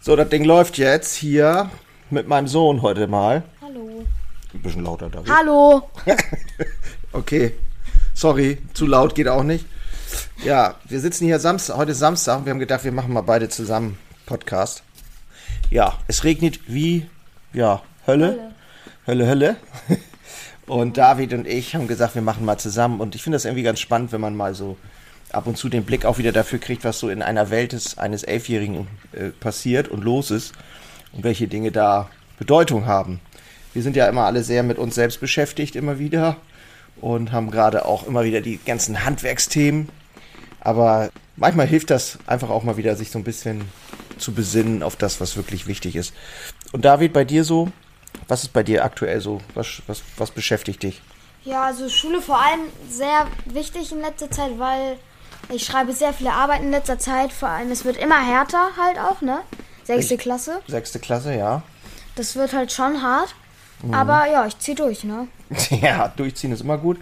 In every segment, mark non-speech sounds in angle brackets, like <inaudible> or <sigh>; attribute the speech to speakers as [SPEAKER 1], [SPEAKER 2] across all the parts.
[SPEAKER 1] So, das Ding läuft jetzt hier mit meinem Sohn heute mal.
[SPEAKER 2] Hallo.
[SPEAKER 1] Ein bisschen lauter da.
[SPEAKER 2] Hallo.
[SPEAKER 1] Okay. Sorry, zu laut geht auch nicht. Ja, wir sitzen hier Samstag, heute ist Samstag und wir haben gedacht, wir machen mal beide zusammen Podcast. Ja, es regnet wie, ja, Hölle. Hölle, Hölle. Und David und ich haben gesagt, wir machen mal zusammen. Und ich finde das irgendwie ganz spannend, wenn man mal so ab und zu den Blick auch wieder dafür kriegt, was so in einer Welt des, eines Elfjährigen äh, passiert und los ist und welche Dinge da Bedeutung haben. Wir sind ja immer alle sehr mit uns selbst beschäftigt, immer wieder und haben gerade auch immer wieder die ganzen Handwerksthemen. Aber manchmal hilft das einfach auch mal wieder, sich so ein bisschen zu besinnen auf das, was wirklich wichtig ist. Und David, bei dir so, was ist bei dir aktuell so? Was, was, was beschäftigt dich?
[SPEAKER 2] Ja, also Schule vor allem sehr wichtig in letzter Zeit, weil ich schreibe sehr viele Arbeiten in letzter Zeit. Vor allem, es wird immer härter halt auch, ne? Sechste
[SPEAKER 1] Ich-
[SPEAKER 2] Klasse.
[SPEAKER 1] Sechste Klasse, ja. <laughs>
[SPEAKER 2] Das wird halt schon hart. Aber ja, ich zieh durch, ne?
[SPEAKER 1] Ja, durchziehen ist immer gut.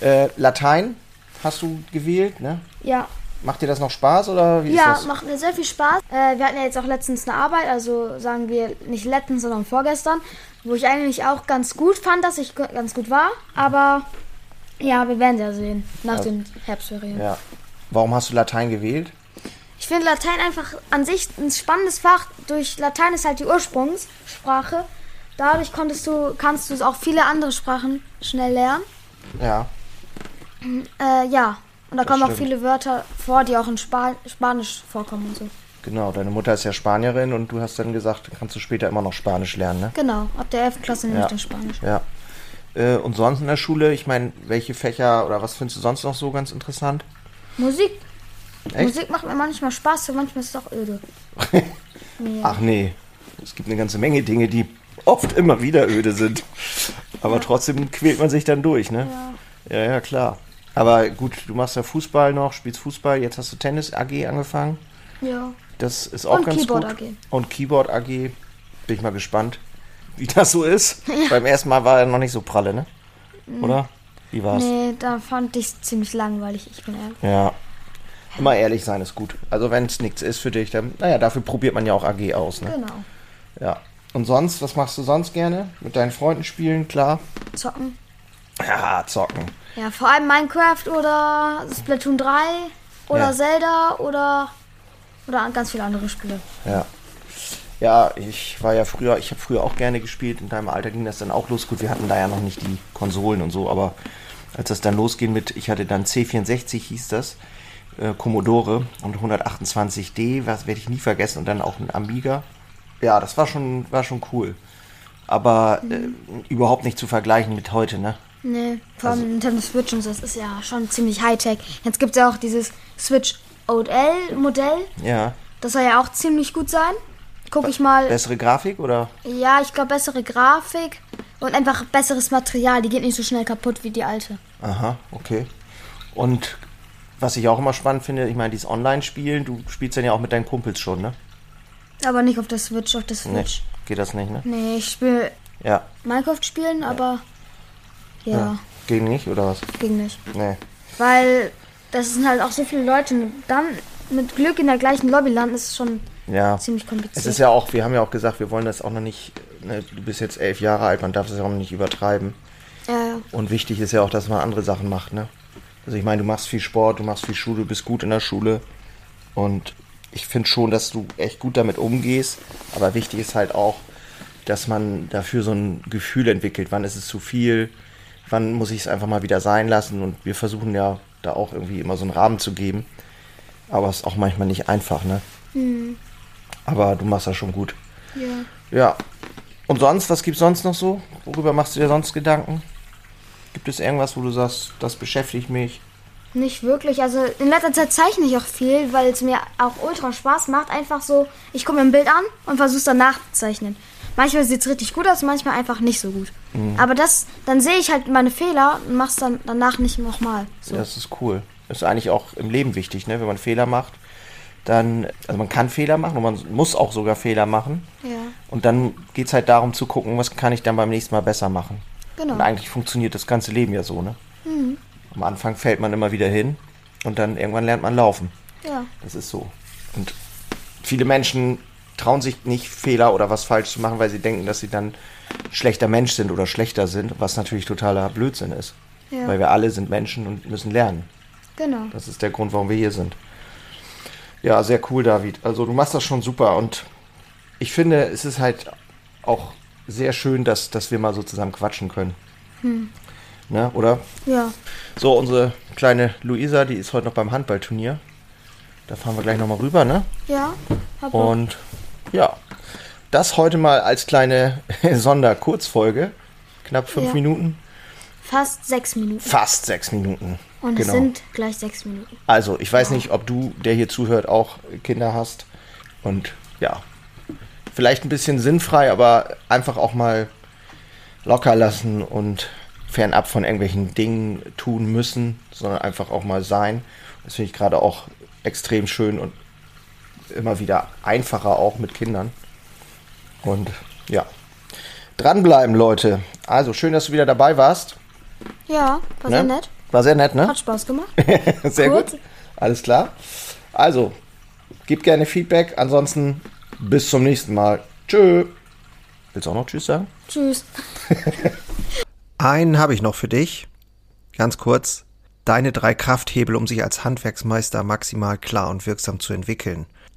[SPEAKER 1] Äh, Latein hast du gewählt, ne?
[SPEAKER 2] Ja.
[SPEAKER 1] Macht dir das noch Spaß oder wie
[SPEAKER 2] Ja,
[SPEAKER 1] ist das?
[SPEAKER 2] macht mir sehr viel Spaß. Äh, wir hatten ja jetzt auch letztens eine Arbeit, also sagen wir nicht letztens, sondern vorgestern, wo ich eigentlich auch ganz gut fand, dass ich g- ganz gut war. Aber ja, wir werden ja sehen nach den Herbstferien.
[SPEAKER 1] ja. Warum hast du Latein gewählt?
[SPEAKER 2] Ich finde Latein einfach an sich ein spannendes Fach. Durch Latein ist halt die Ursprungssprache. Dadurch konntest du, kannst du es auch viele andere Sprachen schnell lernen.
[SPEAKER 1] Ja.
[SPEAKER 2] Äh, ja. Und da kommen auch
[SPEAKER 1] stimmt.
[SPEAKER 2] viele Wörter vor, die auch in Spa Spanisch vorkommen und so.
[SPEAKER 1] Genau, deine Mutter ist ja Spanierin und du hast dann gesagt, dann kannst du später immer noch Spanisch lernen, ne?
[SPEAKER 2] Genau, ab der 11. Klasse nehme
[SPEAKER 1] Ja.
[SPEAKER 2] ich dann Spanisch.
[SPEAKER 1] Ja. Äh, und sonst in der Schule, ich meine, welche Fächer oder was findest du sonst noch so ganz interessant?
[SPEAKER 2] Musik.
[SPEAKER 1] Echt?
[SPEAKER 2] Musik macht mir manchmal Spaß, so manchmal ist es auch öde.
[SPEAKER 1] Ach nee, es gibt eine ganze Menge Dinge, die oft immer wieder öde sind. Aber trotzdem quält man sich dann durch, ne? Ja. ja, klar. Aber gut, du machst ja Fußball noch, spielst Fußball, jetzt hast du Tennis AG angefangen.
[SPEAKER 2] Ja.
[SPEAKER 1] Das ist auch
[SPEAKER 2] Und
[SPEAKER 1] ganz
[SPEAKER 2] Keyboard
[SPEAKER 1] gut.
[SPEAKER 2] AG.
[SPEAKER 1] Und Keyboard AG. Bin ich mal gespannt, wie das so
[SPEAKER 2] <laughs>
[SPEAKER 1] ist. Beim ersten Mal war er noch nicht so pralle, ne? Oder? Wie war's?
[SPEAKER 2] Mhm. Nee, da fand ich es ziemlich langweilig, ich bin ehrlich.
[SPEAKER 1] Ja. Immer ehrlich sein ist gut. Also wenn es nichts ist für dich, dann, naja, dafür probiert man ja auch AG aus, ne?
[SPEAKER 2] Genau.
[SPEAKER 1] Ja. Und sonst, was machst du sonst gerne? Mit deinen Freunden spielen, klar.
[SPEAKER 2] Zocken.
[SPEAKER 1] Ja, zocken.
[SPEAKER 2] Ja, vor allem Minecraft oder Splatoon 3 oder
[SPEAKER 1] Ja.
[SPEAKER 2] Zelda oder, oder ganz viele andere Spiele.
[SPEAKER 1] Ja. Ja, ich war ja früher, ich habe früher auch gerne gespielt. In deinem Alter ging das dann auch los. Gut, wir hatten da ja noch nicht die Konsolen und so, aber als das dann losging mit, ich hatte dann C64 hieß das, äh, Commodore und 128D, was werde ich nie vergessen und dann auch ein Amiga. Ja, das war schon, war schon cool. Aber äh, überhaupt nicht zu vergleichen mit heute, ne?
[SPEAKER 2] Nee, vor
[SPEAKER 1] Also-
[SPEAKER 2] allem Nintendo Switch und so, das ist ja schon ziemlich Hightech. Jetzt gibt es ja auch dieses Switch OL-Modell.
[SPEAKER 1] Ja.
[SPEAKER 2] Das soll ja auch ziemlich gut sein. Guck ich mal.
[SPEAKER 1] Bessere Grafik oder?
[SPEAKER 2] Ja, ich glaube, bessere Grafik und einfach besseres Material. Die geht nicht so schnell kaputt wie die alte.
[SPEAKER 1] Aha, okay. Und was ich auch immer spannend finde, ich meine, dieses Online-Spielen, du spielst dann ja auch mit deinen Kumpels schon, ne?
[SPEAKER 2] Aber nicht auf der Switch, auf der
[SPEAKER 1] Nee,
[SPEAKER 2] Switch.
[SPEAKER 1] geht das nicht, ne?
[SPEAKER 2] Nee, ich spiele
[SPEAKER 1] Ja.
[SPEAKER 2] Minecraft spielen, aber ja,
[SPEAKER 1] Ging nicht, oder was?
[SPEAKER 2] ging nicht.
[SPEAKER 1] Nee.
[SPEAKER 2] Weil das sind halt auch so viele Leute und dann mit Glück in der gleichen Lobby landen, ist schon
[SPEAKER 1] Ja.
[SPEAKER 2] ziemlich kompliziert.
[SPEAKER 1] Es ist ja auch, wir haben ja auch gesagt, wir wollen das auch noch nicht, ne, du bist jetzt elf Jahre alt, man darf es ja auch noch nicht übertreiben.
[SPEAKER 2] ja, ja.
[SPEAKER 1] Und wichtig ist ja auch, dass man andere Sachen macht, ne? Also ich meine, du machst viel Sport, du machst viel Schule, du bist gut in der Schule. Und ich finde schon, dass du echt gut damit umgehst. Aber wichtig ist halt auch, dass man dafür so ein Gefühl entwickelt. Wann ist es zu viel? Wann muss ich es einfach mal wieder sein lassen? Und wir versuchen ja da auch irgendwie immer so einen Rahmen zu geben. Aber es ist auch manchmal nicht einfach, ne? Aber du machst das schon gut.
[SPEAKER 2] ja.
[SPEAKER 1] Ja. Und sonst, was gibt's sonst noch so? Worüber machst du dir sonst Gedanken? Gibt es irgendwas, wo du sagst, das beschäftigt mich?
[SPEAKER 2] Nicht wirklich. Also in letzter Zeit zeichne ich auch viel, weil es mir auch ultra Spaß macht. Einfach so, ich gucke mir ein Bild an und versuche es dann nachzuzeichnen. Manchmal sieht es richtig gut aus, manchmal einfach nicht so gut.
[SPEAKER 1] Mhm.
[SPEAKER 2] Aber das, dann sehe ich halt meine Fehler und mach's dann danach nicht nochmal. So.
[SPEAKER 1] Das ist cool. Ist eigentlich auch im Leben wichtig, ne? Wenn man Fehler macht, dann, also man kann Fehler machen und man muss auch sogar Fehler machen.
[SPEAKER 2] Ja.
[SPEAKER 1] Und dann geht's halt darum zu gucken, was kann ich dann beim nächsten Mal besser machen.
[SPEAKER 2] Genau.
[SPEAKER 1] Und
[SPEAKER 2] Mhm.
[SPEAKER 1] eigentlich funktioniert das ganze Leben ja so, ne? Am Anfang fällt man immer wieder hin und dann irgendwann lernt man laufen.
[SPEAKER 2] Ja.
[SPEAKER 1] Das ist so. Und viele Menschen trauen sich nicht, Fehler oder was falsch zu machen, weil sie denken, dass sie dann schlechter Mensch sind oder schlechter sind, was natürlich totaler Blödsinn ist.
[SPEAKER 2] Ja.
[SPEAKER 1] Weil wir alle sind Menschen und müssen lernen.
[SPEAKER 2] Genau.
[SPEAKER 1] Das ist der Grund, warum wir hier sind. Ja, sehr cool, David. Also du machst das schon super und ich finde, es ist halt auch sehr schön, dass, dass wir mal so zusammen quatschen können. Ne, oder?
[SPEAKER 2] Ja.
[SPEAKER 1] So, unsere kleine Luisa, die ist heute noch beim Handballturnier. Da fahren wir gleich nochmal rüber, ne?
[SPEAKER 2] Ja. Hab Bock.
[SPEAKER 1] Und ja, das heute mal als kleine <laughs> Sonderkurzfolge. Knapp fünf
[SPEAKER 2] Ja.
[SPEAKER 1] Minuten.
[SPEAKER 2] Fast sechs Minuten.
[SPEAKER 1] Fast sechs Minuten. Genau.
[SPEAKER 2] Und es sind gleich sechs Minuten.
[SPEAKER 1] Also, ich weiß nicht, ob du, der hier zuhört, auch Kinder hast. Und ja, vielleicht ein bisschen sinnfrei, aber einfach auch mal locker lassen und fernab von irgendwelchen Dingen tun müssen, sondern einfach auch mal sein. Das finde ich gerade auch extrem schön und immer wieder einfacher auch mit Kindern. Und ja, dranbleiben, Leute. Also, schön, dass du wieder dabei warst.
[SPEAKER 2] Ja, war sehr
[SPEAKER 1] ne?
[SPEAKER 2] nett.
[SPEAKER 1] War sehr nett, ne?
[SPEAKER 2] Hat Spaß gemacht.
[SPEAKER 1] <laughs> Sehr
[SPEAKER 2] Gut.
[SPEAKER 1] gut. Alles klar. Also, gebt gerne Feedback. Ansonsten bis zum nächsten Mal. Tschö. Willst du auch noch Tschüss sagen?
[SPEAKER 2] Tschüss.
[SPEAKER 1] Einen habe ich noch für dich. Ganz kurz. Deine drei Krafthebel, um sich als Handwerksmeister maximal klar und wirksam zu entwickeln.